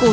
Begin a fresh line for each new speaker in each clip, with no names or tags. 股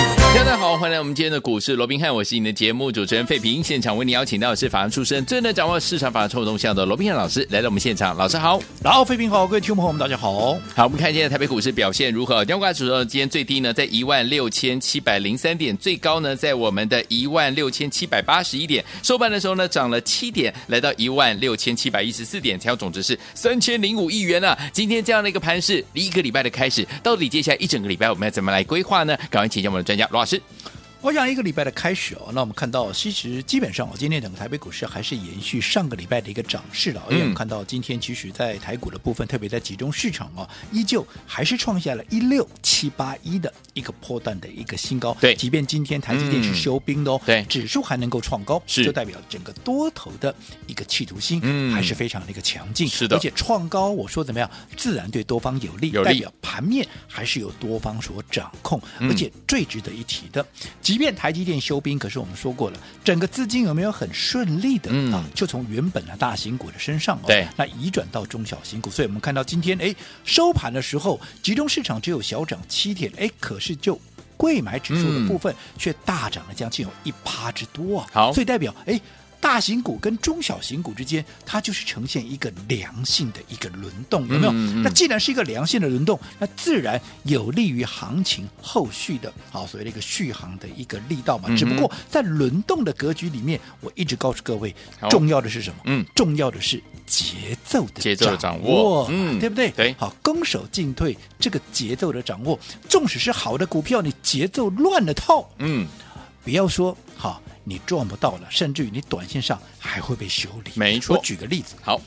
大家好，欢迎来我们今天的股市罗宾汉，我是你的节目主持人费平。现场为你邀请到的是法案出身、最能掌握市场法案臭动向的罗宾汉老师来到我们现场。老师好，
然后，飞平好，各位听众朋友们，大家好。
好，我们看现在台北股市表现如何？电挂指数今天最低呢在一万六千七百零三点，最高呢在我们的一万六千七百八十一点，收盘的时候呢涨了七点，来到一万六千七百一十四点，成交总值是三千零五亿元啊。今天这样的一个盘势，离一个礼拜的开始，到底接下来一整个礼拜我们要怎么来规划呢？赶快请教我们的专家罗老师。
我想一个礼拜的开始哦，那我们看到，其实基本上哦，今天整个台北股市还是延续上个礼拜的一个涨势了。
嗯
因为我们看到今天其实，在台股的部分，特别在集中市场哦，依旧还是创下了一六七八一的一个破蛋的一个新高。
对
即便今天台积电是
嗯
休兵的哦，
对
指数还能够创高，
是
就代表整个多头的一个企图心、
嗯
还是非常的一个强劲。
是的
而且创高，我说怎么样，自然对多方有利，
有利
代表盘面还是由多方所掌控，
嗯
而且。最值得一提的，即便台积电休兵，可是我们说过了，整个资金有没有很顺利的、
嗯
啊，就从原本的大型股的身上、哦，
对
那移转到中小型股，所以我们看到今天哎收盘的时候，集中市场只有小涨七点，哎，可是就。贵买指
嗯
数的部分却大涨了将近有一趴之多啊！
好
所以代表哎，大型股跟中小型股之间，它就是呈现一个良性的一个轮动，有没有？
嗯嗯嗯
那既然是一个良性的轮动，那自然有利于行情后续的好所谓的一个续航的一个力道嘛。
嗯哼
只不过在轮动的格局里面，我一直告诉各位
好，
重要的是什么？
嗯，
重要的是节奏的
节奏的掌
掌
握
握
嗯
对不对？
对
好，攻守进退这个节奏的掌握，纵使是好的股票，你节奏乱了套，
嗯，
不要说好你赚不到了，甚至于你短线上还会被修理。
没错
我举个例子，
好，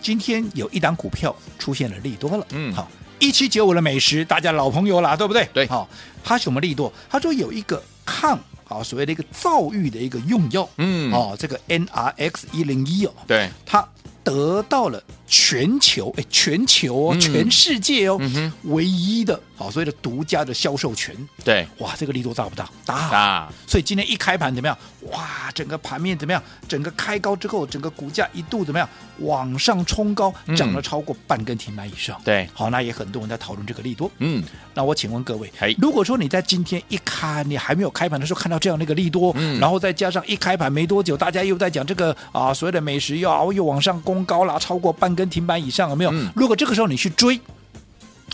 今天有一档股票出现了利多了，
嗯
好，一七九五的美食，大家老朋友啦，对不对？
对
好，它什么利多？他说有一个抗啊所谓的一个躁郁的一个用药，
嗯
哦，这个 NRX 一零一哦，
对，
它得到了全球哎全球哦、
嗯
全世界哦、
嗯哼
唯一的好所谓的独家的销售权，
对，
哇，这个力度大不大？啊大。
大，
所以今天一开盘怎么样？哇，整个盘面怎么样？整个开高之后，整个股价一度怎么样？往上冲高，
嗯
涨了超过半根停板以上。
对
好，那也很多人在讨论这个利多。
嗯，哎
那我请问各位
嘿，
如果说你在今天一开，你还没有开盘的时候看到这样的一个利多，
嗯
然后再加上一开盘没多久，大家又在讲这个啊所谓的美食又熬又往上攻高啦，超过半根停板以上，有没有？
嗯
如果这个时候你去追，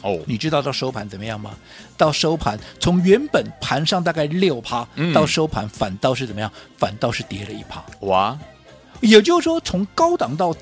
哦，
你知道到收盘怎么样吗？到收盘，从原本盘上大概六趴
嗯，
到收盘反倒是怎么样？反倒是跌了一趴。
哇，
也就是说，从高档到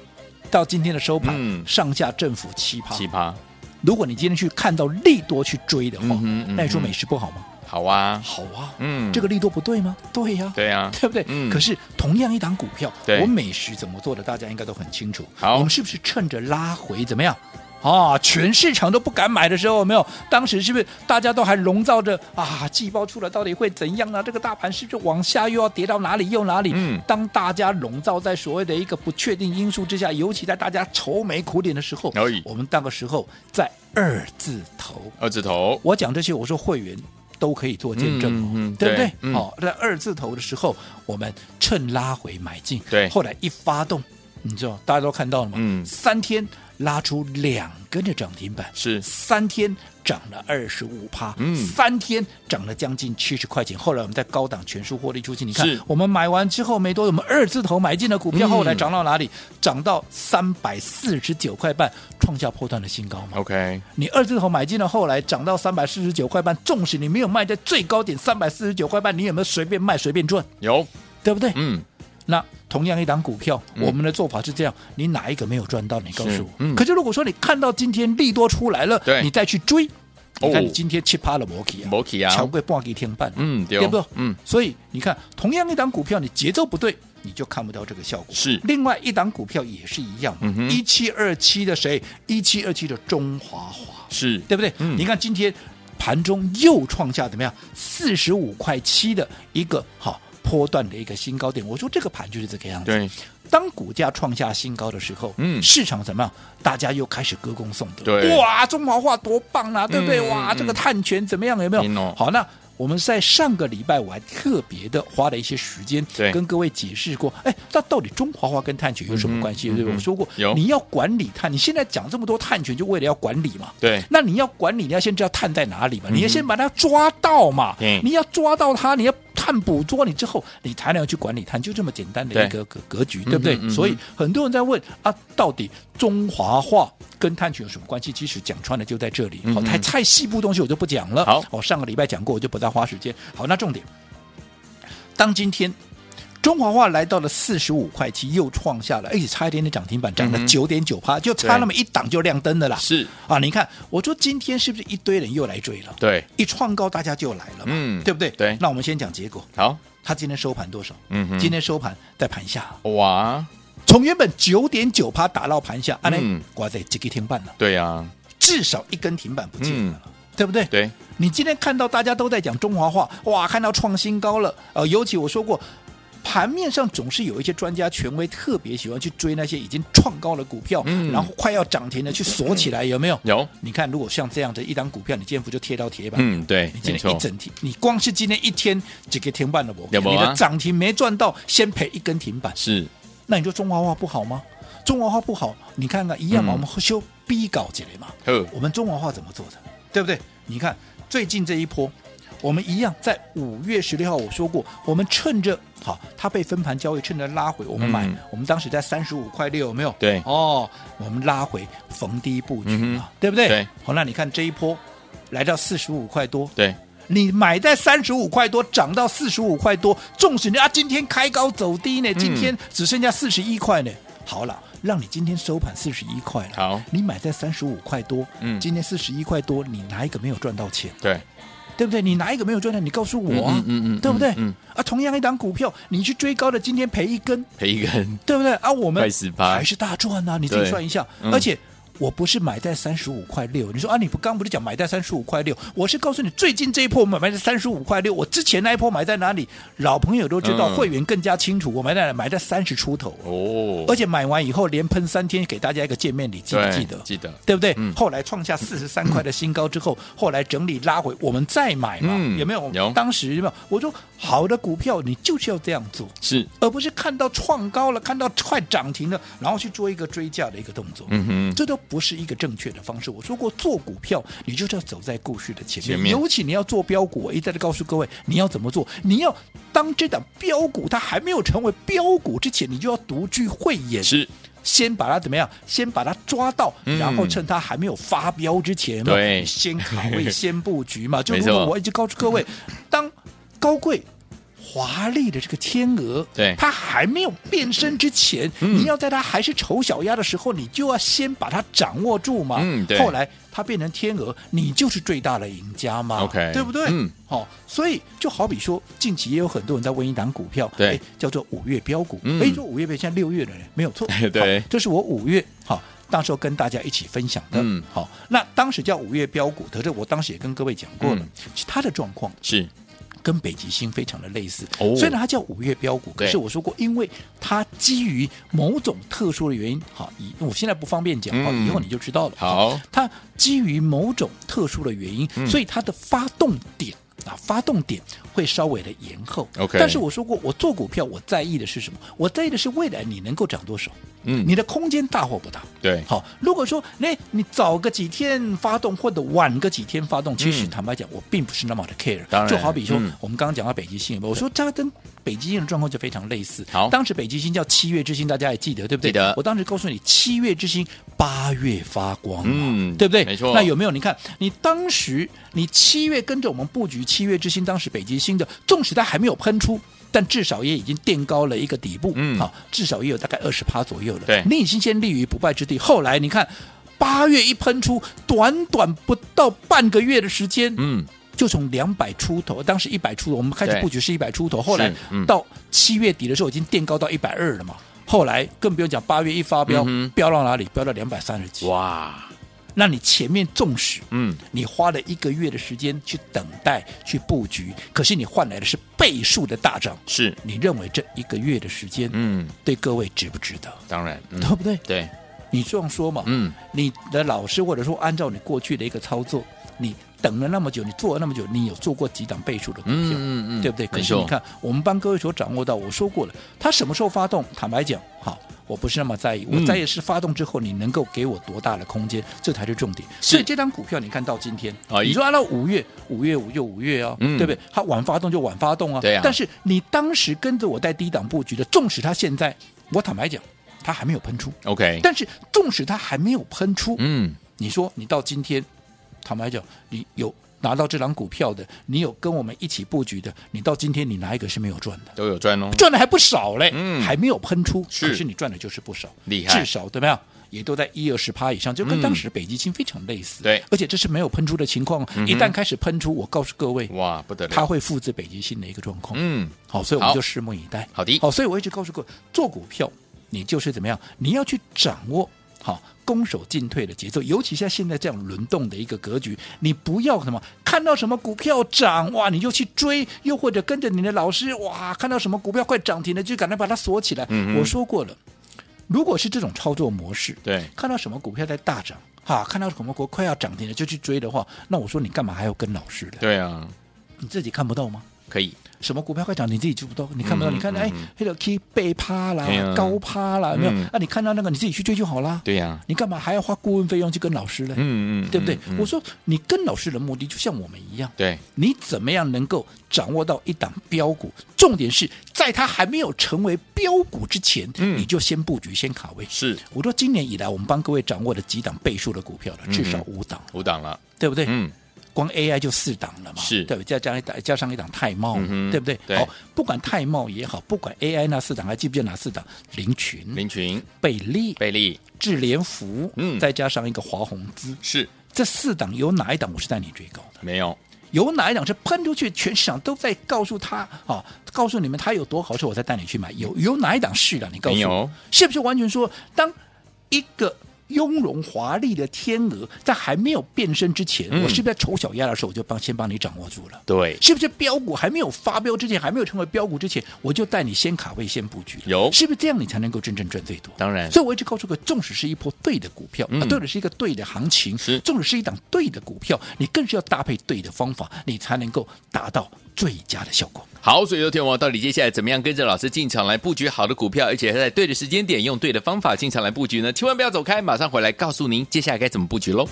到今天的收盘，
嗯
上下振幅七趴。
奇葩，
如果你今天去看到利多去追的话，
嗯哼嗯哼
那你说美食不好吗？
好啊，
好啊，
嗯，
这个利多不对吗？对呀、
对啊，
对不对？
嗯
可是同样一档股票，
对
我美食怎么做的，大家应该都很清楚。
好
我们是不是趁着拉回怎么样？啊，全市场都不敢买的时候，有没有？当时是不是大家都还笼罩着啊？季报出来到底会怎样啊？这个大盘是不是往下又要跌到哪里又哪里？
嗯
当大家笼罩在所谓的一个不确定因素之下，尤其在大家愁眉苦脸的时候，
哎
我们那个时候在二字头
二字头，
我讲这些，我说会员都可以做见证哦，
嗯嗯嗯
对不对
对？嗯
好、在二字头的时候，我们趁拉回买进，
对
后来一发动，你知道大家都看到了吗？
嗯
三天拉出两根的涨停板，
是
三天涨了二十五趴，
嗯
三天涨了将近七十块钱。后来我们在高档全数获利出清，你看
是
我们买完之后没多久，我们二字头买进的股票，
嗯
后来涨到哪里？涨到三百四十九块半，创下破断的新高嘛。
，OK，
你二字头买进了，后来涨到三百四十九块半，纵使你没有卖在最高点三百四十九块半，你有没有随便卖随便赚？
有，
对不对？
嗯，
那同样一档股票，
嗯
我们的做法是这样：你哪一个没有赚到？你告
是
诉我。
嗯
可是如果说你看到今天利多出来了
对，
你再去追，
哦
你看你今天七趴了摩羯啊，
摩羯啊
乔贵半给天半，
嗯对哦
对不对？
嗯，
所以你看，同样一档股票，你节奏不对，你就看不到这个效果。
是
另外一档股票也是一样
嗯哼，
一七二七的谁？一七二七的中华华。
是，
对不对？
嗯
你看今天盘中又创下怎么样四十五块七的一个好波段的一个新高点。我说这个盘就是这个样子。
对，
当股价创下新高的时候，
嗯
市场怎么样？大家又开始歌功颂德，
对
哇，中华化多棒啊，对不对？
嗯
哇，
嗯
这个碳权怎么样？有没有？
嗯哦
好，那我们在上个礼拜我还特别的花了一些时间
对
跟各位解释过，哎，那到底中华化跟碳权有什
嗯哼
么关系？
嗯哼
对不对？我说过
有，
你要管理碳，你现在讲这么多碳权，就为了要管理嘛。
对，
那你要管理，你要先知道碳在哪里嘛，你要先把它抓到嘛，
嗯
你要抓到它，你要碳捕捉你之后，你才能去管理碳，就这么简单的一个格格局，对不对
嗯哼嗯？哼
所以很多人在问啊，到底中华化跟碳权有什么关系？其实讲穿了就在这里，好，
嗯哼
太太细部东西我就不讲了。
好
我上个礼拜讲过，我就不再花时间。好，那重点，当今天。中华化来到了四十五块七，又创下了，哎，差一点点涨停板，涨了
嗯哼
九点九趴，就差那么一档就亮灯的啦。
是，
啊，你看，我说今天是不是一堆人又来追了？
对，
一创高大家就来了嘛，
嗯
对不对？
对
那我们先讲结果，
好，
它今天收盘多少？
嗯哼
今天收盘在盘下，
哇，
从原本九点九趴打到盘下，啊，那
嗯
挂在几个停板了，
对呀，
至少一根停板不见了。
嗯
对不对？
对，
你今天看到大家都在讲中华话，哇，看到创新高了。呃，尤其我说过，盘面上总是有一些专家权威特别喜欢去追那些已经创高的股票，
嗯
然后快要涨停的去锁起来，有没有？
有，
你看，如果像这样的一档股票，你今天不就贴到铁板？
嗯，对
你，今
没
天一
错，
整天，你光是今天一天几个停板了不？
有没有
你
啊
的涨停没赚到，先赔一根停板。
是，
那你说中华化不好吗？中华化不好，你看看一样嘛，
嗯
我们修逼搞起来嘛。
呵，
我们中华化怎么做的，对不对？你看最近这一波，我们一样在五月十六号我说过，我们趁着好它被分盘交易，趁着拉回我们买，
嗯
我们当时在三十五块六有没有？
对
哦，我们拉回逢低布局
嗯
嘛，
哼
对不对？
对
好，那你看这一波来到四十五块多，
对，
你买在三十五块多，涨到四十五块多，纵使你啊今天开高走低
嗯
呢，今天只剩下四十一块呢。好了，让你今天收盘四十一块了。
好
你买在三十五块多，
嗯
今天四十一块多，你哪一个没有赚到钱？
对，
对不对？你哪一个没有赚到？你告诉我啊，
嗯嗯嗯嗯
对不对？
嗯嗯
啊，同样一档股票，你去追高的，今天赔一根，
赔一根，
对不对？啊，我们
快10%
还是大赚呐、你自
对
己算一下。
嗯
而且我不是买在三十五块六，你说啊，你不刚不是讲买在三十五块六？我是告诉你，最近这一波我们买在三十五块六，我之前那一波买在哪里？老朋友都知道，
嗯
会员更加清楚，我买在买在三十出头，
哦
而，且买完以后连喷三天，给大家一个见面礼，记不
对
记得？
记得，
对不对？
嗯
后来创下四十三块的新高之后，后来整理拉回，我们再买嘛，
嗯
有没有？
有
当时有没有？我说好的股票你就是要这样做，
是，
而不是看到创高了，看到快涨停了，然后去做一个追价的一个动作。
嗯哼，
这都不是一个正确的方式。我说过，做股票你就是要走在故事的前面，
前面
尤其你要做标股，我一再的告诉各位，你要怎么做？你要当这档标股它还没有成为标股之前，你就要独具慧眼，
是，
先把它怎么样？先把它抓到，
嗯
然后趁它还没有发飙之前，有没有
对
你先卡 位，先布局嘛。就
没
如
错
果我一直告诉各位，当高贵。华丽的这个天鹅，
对
它还没有变身之前，
嗯
你要在它还是丑小鸭的时候，你就要先把它掌握住嘛。
嗯对
后来它变成天鹅，你就是最大的赢家嘛。
OK，
对不对？
嗯。
好、所以就好比说，近期也有很多人在问一档股票，
对
哎，叫做五月标股。
嗯。
哎，说五月标，现在六月了呢，没有错
对
好这是我五月好。那时候跟大家一起分享的，
嗯
好，那当时叫五月标股，可是我当时也跟各位讲过了
嗯，
它的状况
是，
跟北极星非常的类似。
哦
虽然它叫五月标股，可
对
是我说过，因为它基于某种特殊的原因，好，以我现在不方便讲，好，
嗯
以后你就知道了。
好，
它基于某种特殊的原因，
嗯
所以它的发动点。啊，发动点会稍微的延后
OK
但是我说过，我做股票我在意的是什么？我在意的是未来你能够涨多少，
嗯，
你的空间大或不大。
对，
好，如果说那你早个几天发动或者晚个几天发动，其实
嗯
坦白讲，我并不是那么的 care。
当然
就好比说、
嗯
我们刚刚讲到北极星，我说它跟北极星的状况就非常类似。
好
当时北极星叫七月之星，大家也记得对不对？
记得
我当时告诉你，七月之星八月发光嘛，
嗯
对不对？
没错
那有没有？你看，你当时你七月跟着我们布局七月之星，当时北极星的，纵使它还没有喷出。但至少也已经垫高了一个底部，
嗯
好，至少也有大概二十趴左右了。
对
你已经先立于不败之地。后来你看，八月一喷出，短短不到半个月的时间，
嗯，
就从两百出头，当时一百出头，我们开始
对
布局是一百出头，后来
嗯
到七月底的时候已经垫高到一百二了嘛。后来更不用讲，八月一发飙
嗯哼，
飙到哪里？飙到两百三十几。
哇，
那你前面纵使
嗯，
你花了一个月的时间去等待、去布局，可是你换来的是倍数的大涨，
是，
你认为这一个月的时间，
嗯，
对各位值不值得？
当然，嗯
对不对？
对，
你这样说嘛，
嗯，
你的老师或者说按照你过去的一个操作，你等了那么久，你做了那么久，你有做过几档倍数的股票？
嗯嗯嗯，
对不对？可
没
是你
错，
看，我们帮各位所掌握到，我说过了，它什么时候发动？坦白讲，好，我不是那么在意，我
嗯
在意是发动之后你能够给我多大的空间，这才是重点。
是
所以这张股票，你看到今天
哎，
你说按照五月，五月五就五月哦，
嗯
对不对？它晚发动就晚发动啊，
对啊
但是你当时跟着我在低档布局的，纵使它现在，我坦白讲，它还没有喷出，
，OK，
但是纵使它还没有喷出，
嗯，
你说你到今天，坦白讲，你有拿到这张股票的，你有跟我们一起布局的，你到今天你哪一个是没有赚的？
都有赚哦，
赚的还不少嘞，
嗯
还没有喷出，
是
可是你赚的就是不少，
厉害
至少对不对？也都在一二十趴以上，就
嗯
跟当时北极星非常类似。
对嗯
而且这是没有喷出的情况哦，一旦开始喷出，我告诉各位，
哇，不得
它
了，
会复制北极星的一个状况。
嗯，
好，所以我们
好
就拭目以待。
好的
好，所以我一直告诉各位，做股票你就是怎么样，你要去掌握好攻守进退的节奏，尤其像现在这样轮动的一个格局，你不要什么看到什么股票涨哇，你就去追，又或者跟着你的老师哇，看到什么股票快涨停了，就赶快把它锁起来。
嗯哼
我说过了，如果是这种操作模式，
对，
看到什么股票在大涨。哈，看到什么股快要涨停了就去追的话，那我说你干嘛还要跟老师的？
对啊，
你自己看不到吗？
可以，
什么股票快涨，你自己知不到，你看不到，
嗯
你看
嗯
哎
嗯，
那个 K 背趴啦
哎呀，
高趴啦，有没有
嗯？
那你看到那个，你自己去追就好啦。
对呀，
你干嘛还要花顾问费用去跟老师呢？
嗯嗯，
对不对
嗯？
我，
嗯
说你跟老师的目的就像我们一样，
对，
你怎么样能够掌握到一档标股？重点是在它还没有成为标股之前，
嗯
你就先布局，先卡位。
是
我说今年以来，我们帮各位掌握了几档倍数的股票了，至少五档，
五档了，
对不对？
嗯，
光 AI 就四档了嘛，
是
对不对？再加上一档，加上一档泰茂嘛，
嗯哼
对不对？
对
好，不管泰茂也好，不管 AI 那四档，还记不记得哪四档？林群、
林群、
贝利、
贝利
智联福，
嗯
再加上一个华宏资，
是
这四档有哪一档我是带你追高的？
没有，
有哪一档是喷出去，全市场都在告诉他啊，告诉你们它有多好吃，我再带你去买。有有哪一档是啊的？你告
没
诉
有
我，是不是完全说，当一个雍容华丽的天鹅在还没有变身之前，
嗯
我是不是在丑小鸭的时候我就帮先帮你掌握住了？
对，
是不是标股还没有发标之前，还没有成为标股之前，我就带你先卡位、先布局了？
有
是不是这样你才能够真正赚最多？
当然
所以我一直告诉各位，纵使是一波对的股票，
嗯
啊，对的是一个对的行情，
是
纵使是一档对的股票，你更是要搭配对的方法，你才能够达到最佳的效果。
好，所以有天王到底接下来怎么样跟着老师进场来布局好的股票，而且在对的时间点用对的方法进场来布局呢？千万不要走开，马上回来告诉您接下来该怎么布局喽。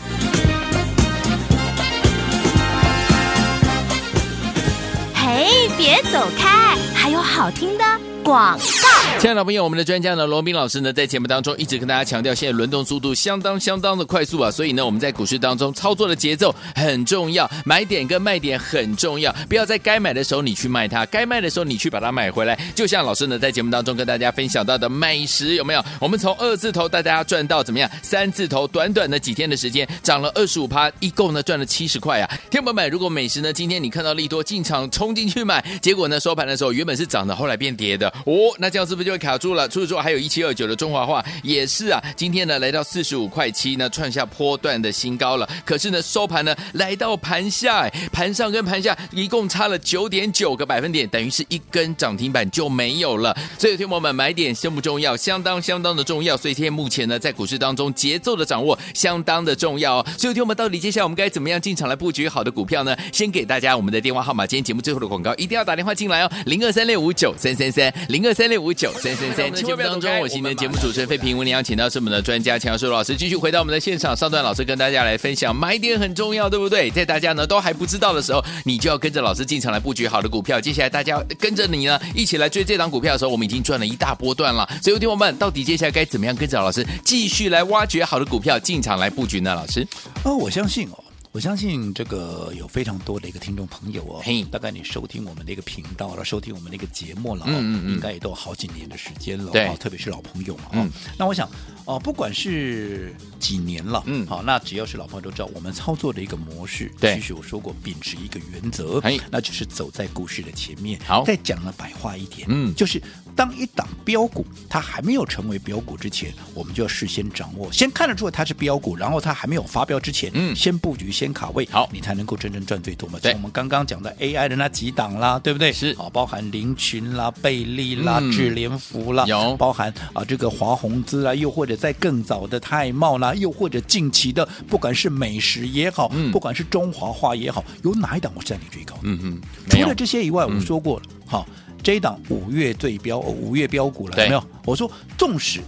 嘿，别走开，还有好听的广告。
亲爱的朋友我们的专家呢，罗斌老师呢，在节目当中一直跟大家强调，现在轮动速度相当相当的快速啊，所以呢，我们在股市当中操作的节奏很重要，买点跟卖点很重要，不要在该买的时候你去卖它，该卖的时候你去把它买回来。就像老师呢，在节目当中跟大家分享到的美食有没有？我们从二字头带大家赚到怎么样？三字头，短短的几天的时间，涨了二十五趴，一共呢赚了七十块啊！天宝们，如果美食呢，今天你看到利多进场冲进去买，结果呢收盘的时候原本是涨的，后来变跌的，哦，那这样是不是就会卡住了？除此之外，还有一七二九的中华化也是啊，今天呢来到四十五块七呢，创下波段的新高了。可是呢收盘呢来到盘下，哎盘上跟盘下一共差了九点九个百分点，等于是一根涨停板就没有了。所以，听友们，买点重不重要？相当相当的重要。所以，现在目前呢，在股市当中，节奏的掌握相当的重要、哦。所以，听友们，到底接下来我们该怎么样进场来布局好的股票呢？先给大家我们的电话号码，今天节目最后的广告一定要打电话进来哦，零二三六五九三三三，零二三六五九三三三。节目当中，我是今天的节目主持人费平，为您邀请到是我们的专家强叔老师，继续回到我们的现场。上段老师跟大家来分享，买点很重要，对不对？在大家呢都还不知道的时候，你就要跟着老师进场来布局好的股票。接下来大家跟着你呢一起来追这档股票的时候，我们已经赚了一大波段了。所以，听友们，到底接下来该怎么样跟着老师继续来挖掘好的股票进场来布局呢？老师，
哦，我相信哦，我相信这个有非常多的一个听众朋友哦
嘿，
大概你收听我们的一个频道了，收听我们的一个节目了、哦，
嗯嗯嗯
应该也都有好几年的时间了、哦，
对
特别是老朋友嘛、哦，
嗯
那我想哦、不管是几年了，
嗯
好，那只要是老朋友都知道，我们操作的一个模式，
对
其实我说过，秉持一个原则
嘿，
那就是走在故事的前面。
好
再讲了白话一点，
嗯
就是当一档标股它还没有成为标股之前，我们就要事先掌握，先看得出它是标股，然后它还没有发飙之前，
嗯
先布局，先卡位，
好
你才能够真正赚最多嘛。
对
像我们刚刚讲的 AI 的那几档啦，对不对？
是
好，包含林群啦、贝利啦、
嗯
智联福啦，
有
包含啊这个华宏资啦，又或者在更早的泰茂啦，又或者近期的，不管是美食也好，
嗯
不管是中华化也好，有哪一档我是带你追高的？
嗯嗯，没
除
有嗯
了这些以外，我说过了，好，这一档五月对标，哦五月标股了，
对
有没有？我说，纵使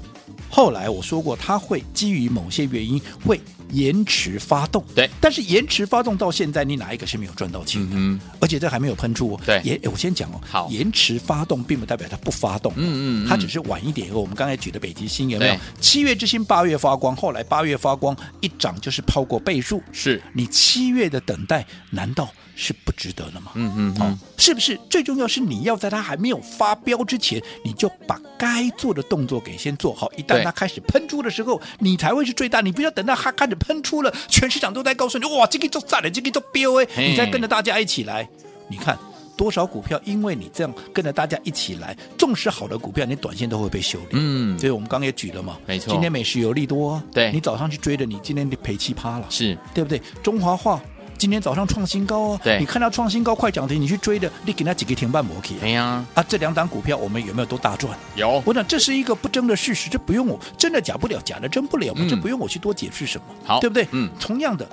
后来我说过，它会基于某些原因会延迟发动，
对
但是延迟发动到现在，你哪一个是没有赚到钱的？
嗯
而且这还没有喷出哦。
对
延，哎我先讲哦。
好
延迟发动并不代表它不发动哦，
嗯嗯嗯
它只是晚一点。我们刚才举的北极星有没有
对？
七月之星八月发光，后来八月发光，一涨就是超过倍数。
是
你七月的等待难道是不值得的吗？
嗯嗯
哦
嗯，
是不是？最重要是你要在它还没有发飙之前，你就把该做的动作给先做好。一旦
对
它开始喷出的时候，你才会是最大。你不要等到它开始喷出了，全市场都在告诉你，哇，这个做炸了，这个做飙哎，
嘿
你再跟着大家一起来。你看多少股票，因为你这样跟着大家一起来，纵使好的股票，你短线都会被修理。
嗯
所以我们刚刚也举了嘛，
没错
今天美食有利多、啊，
对
你早上去追的，你今天就赔七趴了。
是
对不对？中华化今天早上创新高哦，
对
你看到创新高快涨停，你去追的，你给它几个停半摩 K
哎呀，
啊？这两档股票我们有没有都大赚？
有
我想这是一个不争的事实，这不用我真的假不了，假的真不了嘛，
嗯
这不用我去多解释什么，
好
对不对？
嗯
同样的，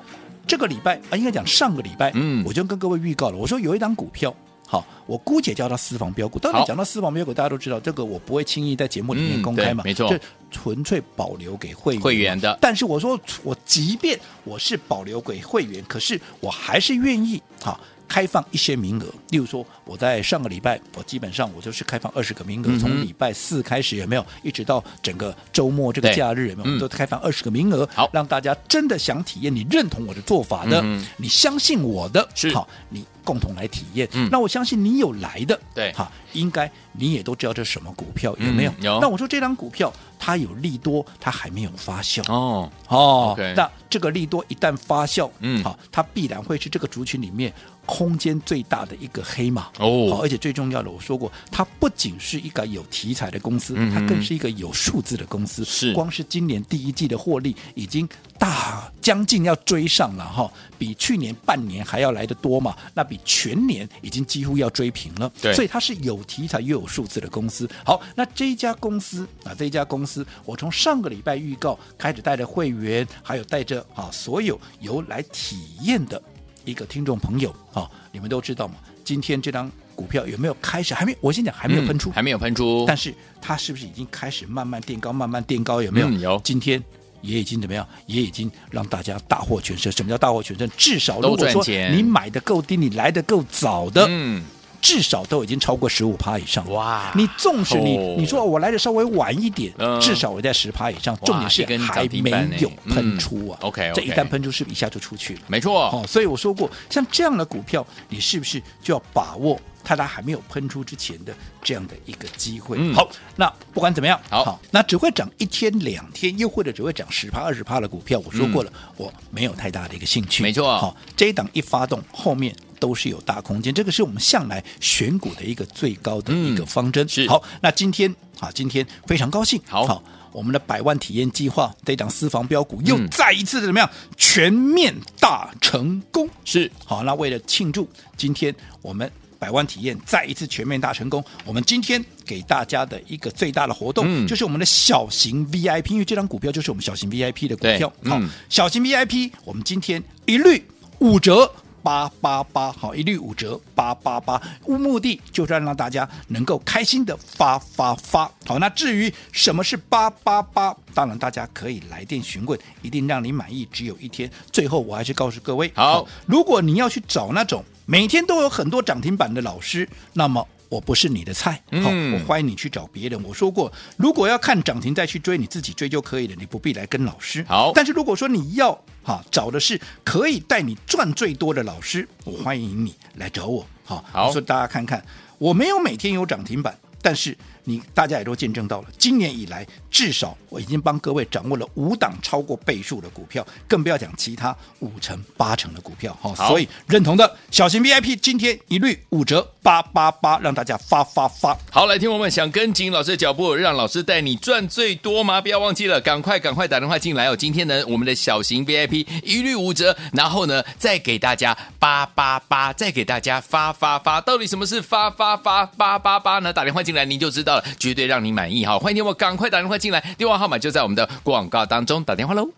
这个礼拜啊，应该讲上个礼拜，
嗯
我就跟各位预告了，我说有一档股票。好，我姑且叫它私房标股。当然
好，
讲到私房标股，大家都知道，这个我不会轻易在节目里面
嗯
公开嘛，
对没错
这纯粹保留给会员
会员的
但是我说，我即便我是保留给会员，可是我还是愿意好开放一些名额。例如说，我在上个礼拜，我基本上我就是开放二十个名额，
嗯哼
从礼拜四开始有没有，一直到整个周末这个
对
假日有没有，我
嗯
们都开放二十个名额，
好
让大家真的想体验，你认同我的做法的，
嗯哼
你相信我的，
是
好，你共同来体验。
嗯
那我相信你有来的，
对
好，应该你也都知道这是什么股票，有没有？
嗯有
那我说这张股票它有利多，它还没有发酵。
哦，
哦
OK
那这个利多一旦发酵，
嗯
好，它必然会是这个族群里面空间最大的一个黑马
哦
好，而且最重要的，我说过，它不仅是一个有题材的公司，
嗯哼
它更是一个有数字的公司。
是
光是今年第一季的获利已经大将近要追上了哈，比去年半年还要来得多嘛，那比全年已经几乎要追平了。
对
所以它是有题材又有数字的公司。好，那这一家公司啊，这一家公司，我从上个礼拜预告开始带着会员，还有带着啊所有由来体验的一个听众朋友啊，你们都知道嘛，今天这张股票有没有开始？还没，我先讲还没有喷出，
嗯还没有喷出，
但是它是不是已经开始慢慢垫高，慢慢垫高？有没有？
嗯有
今天。也已经怎么样？也已经让大家大获全胜。什么叫大获全胜？至少
都
如果
赚
说
钱
你买的够低，你来的够早的，
嗯，
至少都已经超过十五趴以上。
哇
你纵使你、
哦
你说我来的稍微晚一点，
嗯
至少我在十趴以上。
哇
重点是
一根
还
涨停
没
板呢
有喷出啊。
嗯，OK，OK
这一旦喷出是不是一下就出去了？
没错，
哦，所以我说过，像这样的股票，你是不是就要把握它它还没有喷出之前的这样的一个机会？
嗯
好，那不管怎么样，
好
那只会涨一天两天，又或者只会涨十趴二十趴的股票，我说过了，我没有太大的一个兴趣。
嗯没错
好，这一档一发动，后面。都是有大空间，这个是我们向来选股的一个最高的一
嗯
个方针。
是
好，那今天啊，今天非常高兴，
好
我们的百万体验计划这一档私房标股又
嗯
再一次的怎么样、全面大成功？
是
好，那为了庆祝今天我们百万体验再一次全面大成功，我们今天给大家的一个最大的活动，
嗯
就是我们的小型 VIP，因为这张股票就是我们小型 VIP 的股票。
对
好，
嗯
小型 VIP 我们今天一律五折。八八八，好，一律五折，八八八，目的就是要让大家能够开心的发发发。好，那至于什么是八八八，当然大家可以来电询问，一定让你满意，只有一天。最后，我还是告诉各位，
好
如果你要去找那种每天都有很多涨停板的老师，那么。我不是你的菜，好、
嗯
我欢迎你去找别人。我说过，如果要看涨停再去追，你自己追就可以了，你不必来跟老师。
好
但是如果说你要哈、找的是可以带你赚最多的老师，我欢迎你来找我。好、
好
我说大家看看，我没有每天有涨停板，但是你大家也都见证到了，今年以来至少我已经帮各位掌握了五档超过倍数的股票，更不要讲其他五成八成的股票哈、
好
所以认同的小型 VIP 今天一律五折八八八，让大家发发发。
好，来，听我们想跟紧老师的脚步，让老师带你赚最多吗？不要忘记了，赶快赶快打电话进来哦！今天呢，我们的小型 VIP 一律五折，然后呢，再给大家八八八，再给大家发发发。到底什么是发发发八八八呢？打电话进来您就知道了，绝对让你满意哈！欢迎听我赶快打电话进来，电话号码就在我们的广告当中，打电话喽。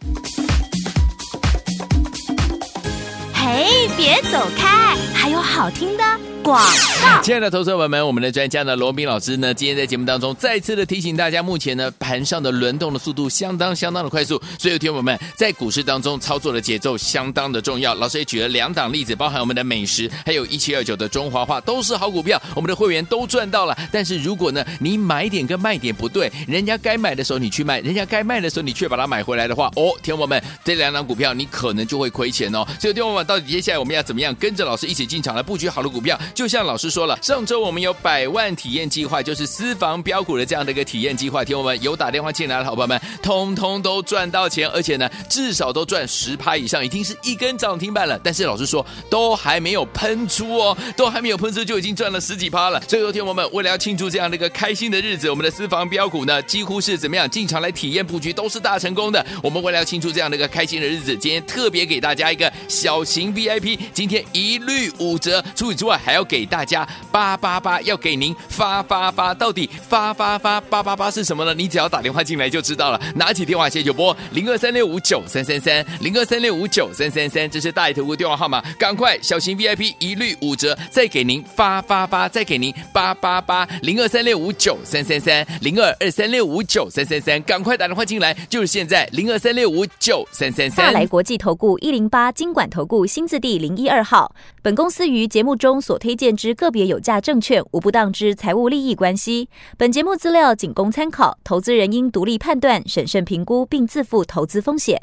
嘿，别走开，还有好听的广告。
亲爱的投资者朋友们，我们的专家呢罗斌老师呢，今天在节目当中再次的提醒大家，目前呢盘上的轮动的速度相当相当的快速，所以有听友们在股市当中操作的节奏相当的重要。老师也举了两档例子，包含我们的美食，还有一七二九的中华化，都是好股票，我们的会员都赚到了。但是如果呢你买点跟卖点不对，人家该买的时候你去卖，人家该卖的时候你却把它买回来的话，哦，听友们，这两档股票你可能就会亏钱哦。所以听友们，到底接下来我们要怎么样跟着老师一起进场来布局好的股票？就像老师说了，上周我们有百万体验计划，就是私房标股的这样的一个体验计划，听友们有打电话进来的好朋友们，通通都赚到钱，而且呢，至少都赚十趴以上，已经是一根涨停板了。但是老师说，都还没有喷出哦，都还没有喷出就已经赚了十几趴了。所以，昨天我们为了要庆祝这样的一个开心的日子，我们的私房标股呢，几乎是怎么样进场来体验布局都是大成功的。我们为了要庆祝这样的一个开心的日子，今天特别给大家一个小型 VIP，今天一律五折。除此之外，还要给大家八八八，要给您发发发。到底发发发八八八是什么呢？你只要打电话进来就知道了。拿起电话线就拨零二三六五九三三三零二三六五九三三三，这是大头屋电话号码，赶快小型 VIP 一律五折，再给您发发发，再给您八八八零二三六五九三三三零二二三六五九三三三，赶快打电话进来，就是现在零二三六五九三三
大
三。
来国际投顾一零八金管投顾新字第零一二号。本公司于节目中所推荐之个别有价证券，无不当之财务利益关系。本节目资料仅供参考，投资人应独立判断、审慎评估，并自负投资风险。